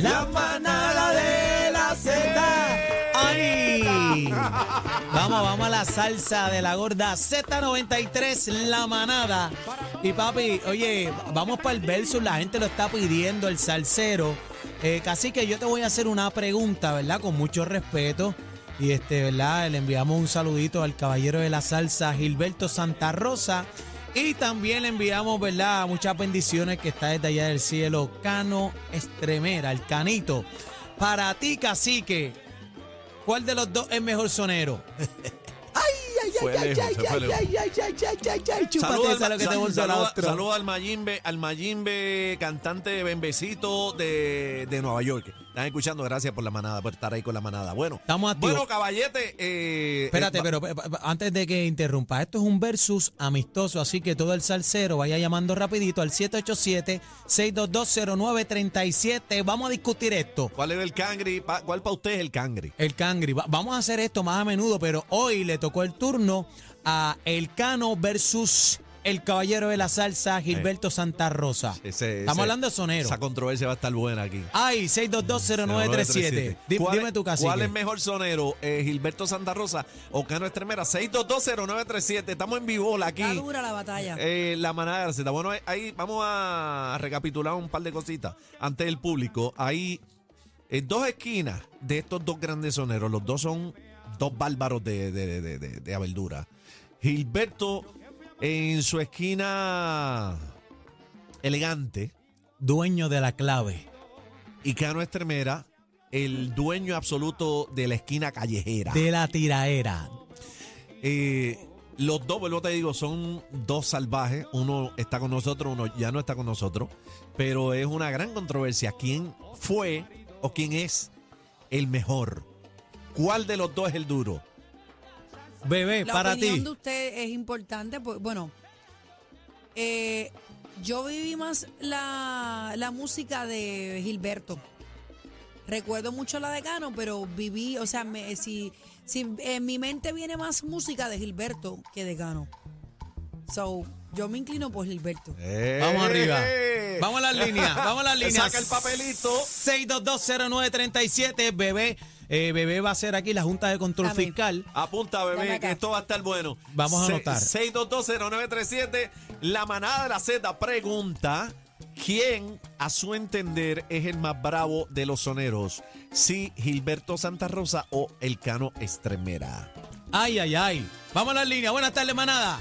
La manada de la Z. ¡Ay! Vamos, vamos a la salsa de la gorda Z93, la manada. Y papi, oye, vamos para el versus, la gente lo está pidiendo, el salsero. Eh, casi que yo te voy a hacer una pregunta, ¿verdad? Con mucho respeto. Y este, ¿verdad? Le enviamos un saludito al caballero de la salsa, Gilberto Santa Rosa. Y también le enviamos, ¿verdad? Muchas bendiciones que está desde allá del cielo, Cano Estremera, el canito. Para ti, cacique, ¿cuál de los dos es mejor sonero? Fue lejos, se fue lejos. Chúpate esa lo que te sal- gusta a la saluda- otra. saluda al Mayimbe, al Mayimbe, cantante de Bembecito de, de Nueva York. Están escuchando, gracias por la manada, por estar ahí con la manada. Bueno, Estamos activos. bueno, caballete, eh, Espérate, eh, pero pa- pa- antes de que interrumpa, esto es un versus amistoso, así que todo el salsero vaya llamando rapidito al 787-6220937. Vamos a discutir esto. ¿cuál es el cangri? Pa- ¿Cuál para usted es el cangri? El Cangri. Va- vamos a hacer esto más a menudo, pero hoy le tocó el turno a El Cano versus el Caballero de la Salsa, Gilberto Eh. Santa Rosa. Ese- Estamos ese- hablando de sonero. Esa controversia va a estar buena aquí. Ay, 6220937. Di- ¿Cuál es- Dime tu cacique. ¿Cuál es mejor sonero? Eh, Gilberto Santa Rosa o Cano Estremera. 6220937. Estamos en vivola aquí. Está dura la batalla. Eh, la manada de la Zeta. Bueno, ahí- ahí vamos a recapitular un par de cositas ante el público. Hay eh, dos esquinas de estos dos grandes soneros. Los dos son dos bárbaros de, de, de- de- de abeldura. Gilberto en su esquina elegante Dueño de la clave. y Cano Estremera, el dueño absoluto de la esquina callejera. De la tiraera. Eh, los dos, vuelvo te digo, son dos salvajes. Uno está con nosotros, uno ya no está con nosotros. Pero es una gran controversia. ¿Quién fue o quién es el mejor? ¿Cuál de los dos es el duro? Bebé, la para opinión ti. de usted es importante. Pues, bueno, eh, yo viví más la, la música de Gilberto. Recuerdo mucho la de Cano, pero viví, o sea, me- si, si en mi mente viene más música de Gilberto que de Cano. So, yo me inclino por Gilberto. Vamos arriba. ¡Eh! Vamos a las líneas. Vamos a las líneas. Saca el papelito. 6220937. Bebé. eh, bebé va a ser aquí la Junta de Control Amén. Fiscal. Apunta, Dame bebé, acá. que esto va a estar bueno. Vamos a Se- anotar. 6220937, la manada de la Z pregunta, ¿quién a su entender es el más bravo de los soneros? Si Gilberto Santa Rosa o el Cano Estremera. Ay, ay, ay. Vamos a las líneas. Buenas tardes, manada.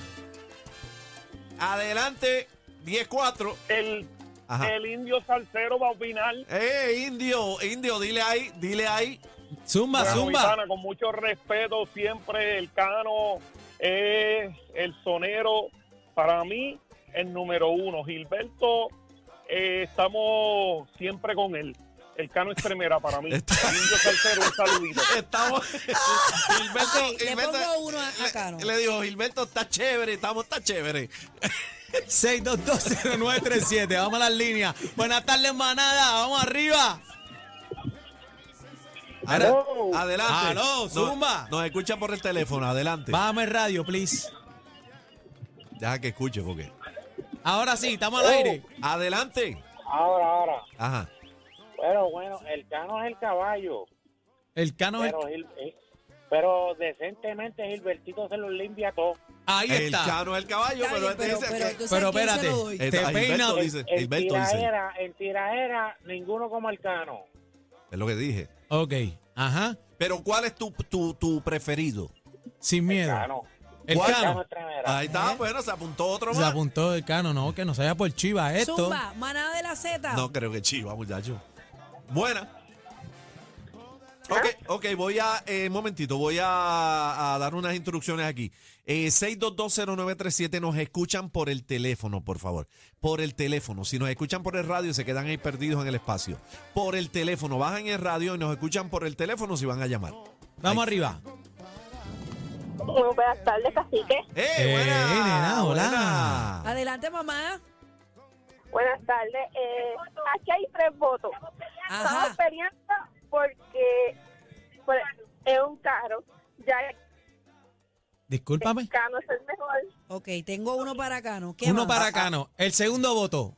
Adelante, 10-4. el, Ajá. el indio salsero va a opinar. Eh, indio, indio, dile ahí, dile ahí. Zumba, Bueno, mi zumba. pana, con mucho respeto, siempre el cano es el sonero. Para mí, el número uno. Gilberto, eh, estamos siempre con él. El cano es tremera para mí. El indio salsero, un saludito. Estamos. Gilberto, Ok, le Eh, Gilberto- pongo uno a- a Cano. Le, le digo, Gilberto, está chévere, estamos, está chévere. 6220937. Vamos a las líneas. Buenas tardes, manada. Vamos arriba. Ahora, Hello. Adelante. Aló, Nos- zumba. Nos, escucha por el teléfono, adelante. Bájame el radio, please. Deja que escuche porque. Ahora sí, Oh. estamos al aire. Adelante. Ahora, ahora. Ajá. Pero bueno, el cano es el caballo. El cano. Pero, Gil- eh, pero decentemente Gilbertito se lo limpia todo. Ahí El está. Cano es el caballo, Está pero bien, este dice que. tú sabes Pero quién se espérate. lo doy. Eh, Esta- te peina- Gilberto el- dice, En Gilberto dice. tiraera, en tiraera, ninguno como el cano. Es lo que dije. Ok. Ajá. Pero ¿cuál es tu, tu, tu preferido? Sin miedo. Cano. El El cano. es tremera. Ahí está, bueno, se apuntó otro Se más. apuntó el cano, no, que no se vaya por chiva esto. Zumba, manada de la Z. No creo que chiva, muchacho. Buena. Ok, ok, voy a, eh, un momentito, voy a, a dar unas instrucciones aquí. Eh, 6220937 nos escuchan por el teléfono, por favor. Por el teléfono. Si nos escuchan por el radio, se quedan ahí perdidos en el espacio. Por el teléfono, bajan el radio y nos escuchan por el teléfono si van a llamar. Vamos arriba. Muy buenas tardes, cacique. ¡Eh, Eh, buena! nena, hola. buena. Adelante, mamá. Buenas tardes. Eh, aquí hay tres votos. Ajá. Estamos peleando porque por- es un carro. Ya el Discúlpame. Cano es el mejor. Ok, tengo Ah, uno para Cano. ¿Qué Uno más? para cano. El segundo voto.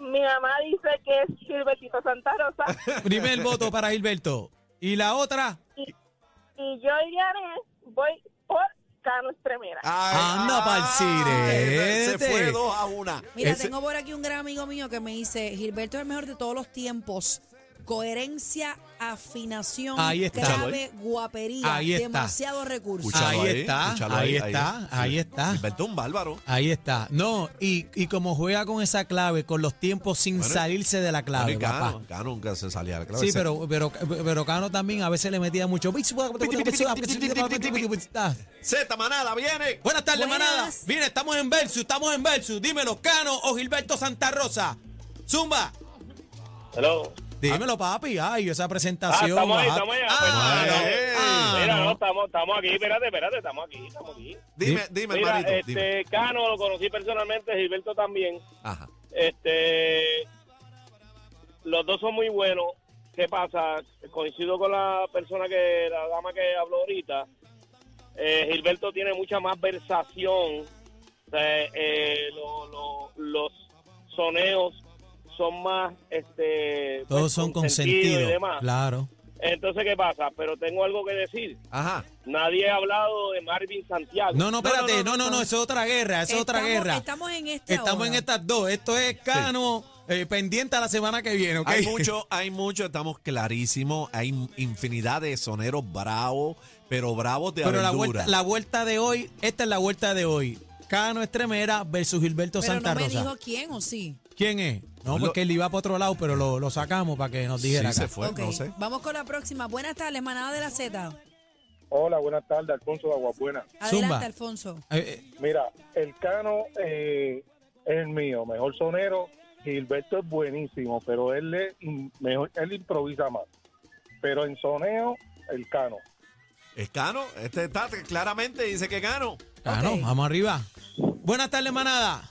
Mi mamá dice que es Gilbertito Santa Rosa. Primer voto para Gilberto. Y la otra, y yo y Diane voy por Carlos Tremera. Ah. Anda pa'l sirete. Se fue dos a una. Mira, Ese- tengo por aquí un gran amigo mío que me dice, Gilberto es el mejor de todos los tiempos. Coherencia, afinación, Ahí está. clave, guapería, Ahí está. demasiado recurso. Escucha. Ahí está, escúchalo ahí está, ahí está. Gilberto es un bárbaro. ahí está. No, y, y como juega con esa clave, con los tiempos sin Bueno, salirse de la clave, Bueno, y papá. Cano, Cano nunca se salía. de la clase. Sí, pero, pero, pero Cano también a veces le metía mucho. Buenas Z manada viene. tardes, Buenas. manada. Mira, estamos en Versus, estamos en Versus. Dímelo, Cano o Gilberto Santa Rosa. Zumba. Hello. Dímelo, papi. Ay, esa Ah, presentación. estamos ahí, ajá. estamos ahí. Ah, Ah, no. eh. Ah, Mira, no. no, estamos, estamos aquí, espérate, espérate, estamos aquí, estamos aquí. Dime, dime, Mira, hermanito. este, Dime. Cano lo conocí personalmente, Gilberto también. Ajá. Este, los dos son muy buenos. ¿Qué pasa? Coincido con la persona que, la dama que habló ahorita. Eh, Gilberto tiene mucha más versación. O sea, eh, lo- lo- los soneos son más, este, Todos pues, son consentidos consentidos. y demás. Claro. Entonces, ¿qué pasa? Pero tengo algo que decir. Ajá. Nadie ha hablado de Marvin Santiago. No, no, espérate. No, no, no, no. Eso es otra guerra. Eso es otra Estamos- guerra. Estamos en este Estamos ahora. en estas dos. Esto es Cano eh, pendiente a la semana que viene, ¿ok? Hay mucho, hay mucho, estamos clarísimos. Hay infinidad de soneros bravos, pero bravos de Pero la aventura. vuelta, la vuelta de hoy, esta es la vuelta de hoy. Cano Estremera versus Gilberto Pero Santa no me Rosa. dijo quién o sí. ¿Quién es? No, Lo- porque él iba para otro lado, pero lo, lo sacamos para que nos Sí, dijera. se acá. fue, Ok, no sé. Vamos con la próxima. Buenas tardes, manada de la Z. Hola, buenas tardes, Alfonso de Aguabuena. Adelante, Zumba. Alfonso. Eh, eh, Mira, el Cano eh, es el mío, mejor sonero. Gilberto es buenísimo, pero él, le, im- mejor, él improvisa más. Pero en soneo, el Cano. Es Cano, este está claramente dice que Cano. Cano, Ok. Ah, vamos arriba. Buenas tardes, manada.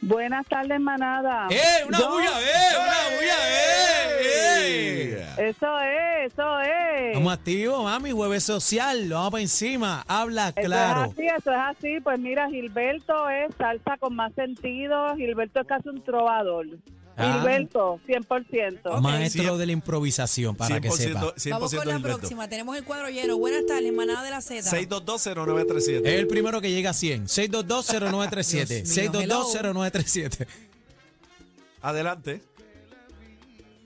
Buenas tardes, manada. ¡Eh! ¡Una Yo- bulla! ¡Eh! ¡Una bulla! ¡Eh! ¡Eh! Eso es, eso es. Estamos activos, mami. Jueves social. Lo vamos para encima. Habla Eso es claro. así, eso es así. Pues mira, Gilberto es salsa con más sentido. Gilberto es casi un trovador. Ah. Gilberto, 100%. Maestro Sí. de la improvisación, para que sepa. 100%, 100% Vamos con la Gilberto. próxima. Tenemos el cuadro lleno. Buenas tardes, manada de la Z. 6220937. Es el primero que llega a 100. 6220937. Dios mío, hello. 6220937. Adelante.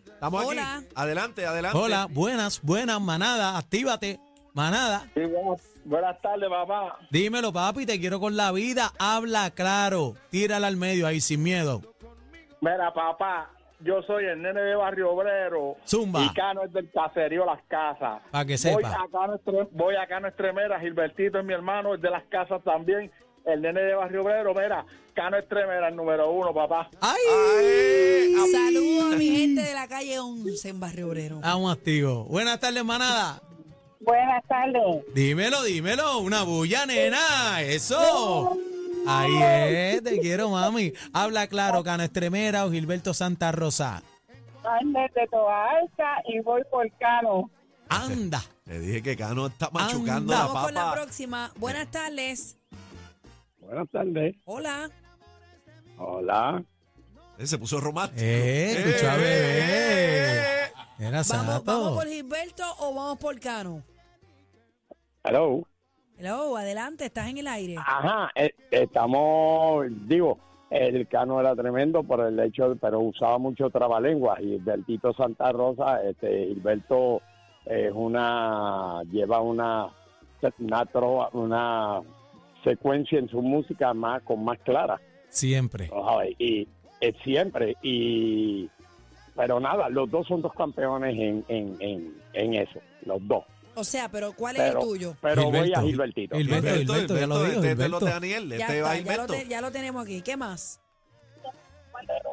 Estamos Hola. aquí. Adelante, adelante. Hola, buenas, buenas, manada. Actívate, manada. buenas tardes, papá. Dímelo, papi, te quiero con la vida. Habla claro. Tírala al medio ahí sin miedo. Mira, papá, yo soy el nene de Barrio Obrero. Zumba. y Cano es del caserío Las Casas. Pa' que sepa. Voy acá a Estremera, Gilbertito es mi hermano, es de Las Casas también. El nene de Barrio Obrero, mira, Cano Estremera, el número uno, papá. ¡Ay! Ay, a- Saludos a mi gente de la calle 11 en Barrio Obrero. Estamos activos. Buenas tardes, manada. Buenas tardes. Dímelo, dímelo. Una bulla, nena. Eso. Ahí es. Te quiero, mami. Habla claro, Cana Estremera o Gilberto Santa Rosa. Andes de Toa Alta y voy por Cano. Anda. Le dije que Cano está Anda. machucando la Vamos con la papa. próxima. Buenas tardes. Buenas tardes. Hola. Hola. Eh, se puso romántico. Eh, escuchó a bebé. eh. Era ¿Vamos, ¿Vamos santo. por Gilberto o vamos por Cano? Hello. Hello, adelante, estás en el aire. Ajá, eh, estamos, digo, el Cano era tremendo por el hecho, de- pero usaba mucho trabalenguas. Gilbertito Santa Rosa, este, Gilberto es una, lleva una, una trova, una secuencia en su música más con más clara. Siempre. Tú sabes, y es siempre y pero nada los dos son dos campeones en, en, en, en eso los dos O sea, pero ¿cuál es el pero tuyo? pero voy Gilberto. a Gilbertito Gilberto, Gilberto, ya lo dijo, este- este Gilberto. lo de Daniel, Ya, este va está, ya lo Gilberto. te- ya lo tenemos aquí. ¿Qué más?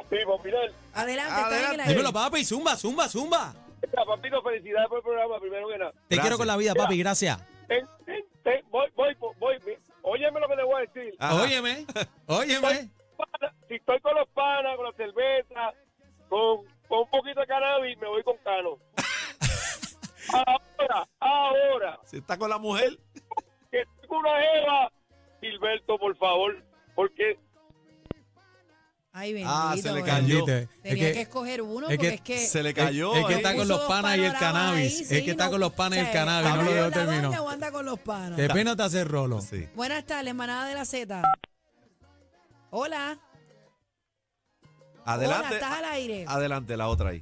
Sí, Popilón. Adelante, estás en el Adelante. aire. Dímelo, papi. Zumba, zumba, zumba. Mira, papito, felicidades por el programa, primero que nada. Te Gracias. quiero con la vida, papi. Gracias. Ten, ten, ten, voy, voy, voy. mi- Óyeme lo que te voy a decir. Ah. Ajá. Óyeme, óyeme. Pana- Si estoy con los panas, con la cerveza, con, con un poquito de cannabis, me voy con Cano. ahora, ahora, Si está con la mujer, que estoy con una jeva, Gilberto, por favor, porque Ay, bendito. Ah, se le bendito. cayó. Viste, es Tenía que- que, escoger uno es que porque es que... Se le cayó. Es, es que ahí. está con los puso dos panas y el panoramas cannabis. ahí, es sí, que está no- con los panas y el o sea, cannabis. No lo aguanta, dejo aguanta, terminar. aguanta con los panas. Te pino te hace rolo. Sí. Buenas tardes, manada de la Z. Hola. Hola, Adelante. estás al aire. Adelante, la otra ahí.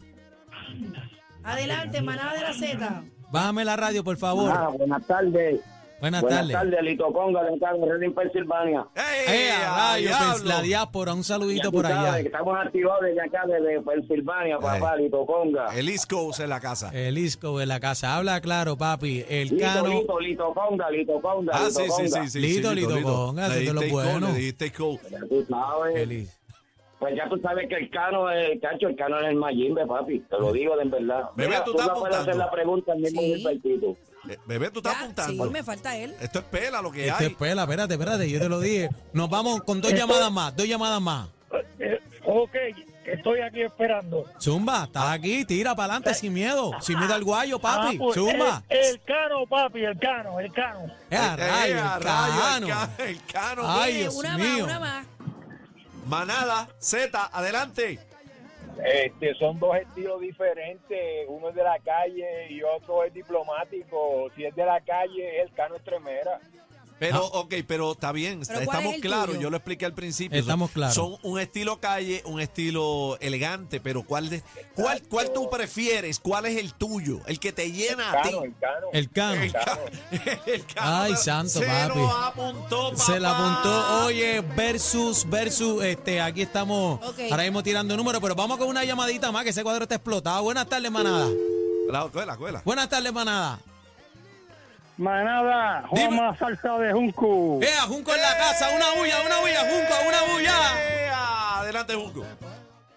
Adelante, manada de la Z. Bájame la radio, por favor. Ah, buenas tardes. Buenas, Buenas tardes. tardes, Lito Conga, de Carolina, Pensilvania. ¡Ey, Eh, a a rayos, pues, diablo! la diáspora, un saludito Ya por tú sabes que allá. Estamos activados desde acá, desde Pensilvania, papá, Lito Conga. El East Coast en la casa. El Isco de la casa. Habla claro, papi. El Lito, cano. Lito, Lito Conga, Lito Conga, Ah, Lito sí, sí, Conga. sí, sí. Lito, sí, Lito, ponga, Le eso es lo dijiste bueno. cool, le dijiste cool. Ya tú sabes. Feliz. Pues ya tú sabes que el cano es el cacho, el cano es el mayimbe, papi. Te lo digo de verdad. Bebé, tú no estás puedes hacer apuntando. la pregunta al mismo Sí. Gilbertito. Eh, Bebé, tú estás Ya, apuntando. Sí, me falta él. Esto es pela lo que Este, hay. espera, espérate, espérate, yo te lo dije. Nos vamos con dos llamadas más, dos llamadas más. eh, ok, estoy aquí esperando. Zumba, estás aquí, tira para adelante sin miedo, sin miedo al guayo, papi. Ah, pues, Zumba. eh, El, el cano, papi, el cano, el cano. Eh, a Eh, rayo, a el rayo, el cano. ca- el cano. Ay, Eh, Dios una más, mío. una más. Manada, Z, adelante. Este, son dos estilos diferentes, uno es de la calle y otro es diplomático. Si es de la calle, el cano es tremera. Pero, Ah. ok, pero está bien, ¿Pero cuál estamos es el claros, tuyo? yo lo expliqué al principio. Estamos Son- claros. Son un estilo calle, un estilo elegante, pero ¿cuál, de- cuál, cuál tú prefieres? ¿Cuál es el tuyo? El que te llena a ti. Cano, el cano. El cano. El ca- el cano Ay, te- santo, se papi. lo apuntó, papá. Se la apuntó, oye, versus, versus, este, aquí estamos Ok. ahora mismo tirando números, pero vamos con una llamadita más, que ese cuadro está explotado. Buenas tardes, manada. La cuela, cuela. Buenas tardes, manada. Manada, Dime. Juanma Salsa de Junco. ¡Eh, a Junco en la casa! ¡Una bulla, una bulla, Junco, una bulla! ¡Ea! Ah, Adelante, Junco.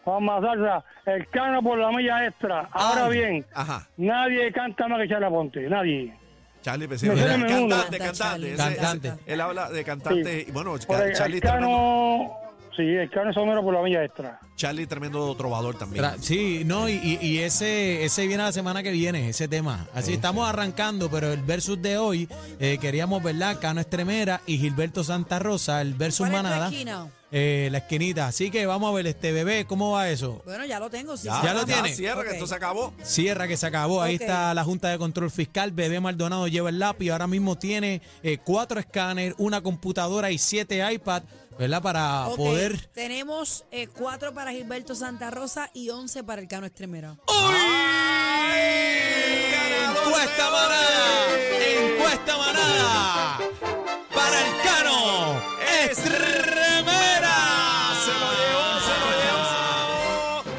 Juanma Salsa, el cano por la milla extra. Ahora Ay. bien, Ajá. nadie canta más que Charla Ponte, nadie. Charlie Pesero. Me Era suena menudo. Cantante, Canta, cantante. Charlie, Ese- ese- cantante. Él habla de cantante. Sí. y Bueno, Por el, Charlie, el tremendo, cano, sí, el cano es Homero por la milla extra. Charlie, tremendo trovador también. Tra- Sí, no, y, y- y ese, ese viene la semana que viene, ese tema. Así estamos arrancando, pero el versus de hoy, eh, queríamos, ¿verdad? Cano Estremera y Gilberto Santa Rosa, el versus ¿Cuál es tu Manada. esquina? eh, la esquinita. Así que vamos a ver, este bebé, ¿cómo va eso? Bueno, ya lo tengo. Sí, Ya, sí. ya lo tiene. Cierra, Ok. que esto se acabó. Sierra que se acabó, ahí Ok. está la Junta de Control Fiscal, Bebé Maldonado lleva el lápiz, ahora mismo tiene eh, cuatro escáner, una computadora y siete iPad, ¿verdad? Para Ok, poder... Tenemos eh, cuatro para Gilberto Santa Rosa y once para el Cano Estremera. Encuesta manada, encuesta manada para el Cano es Se lo llevó, se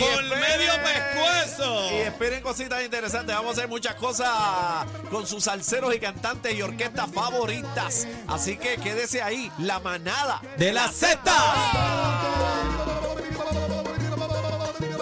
lo llevó. Por medio pescuezo. Y esperen cositas interesantes. Vamos a hacer muchas cosas con sus salseros y cantantes y orquestas favoritas. Así que quédese ahí, la manada de la Z.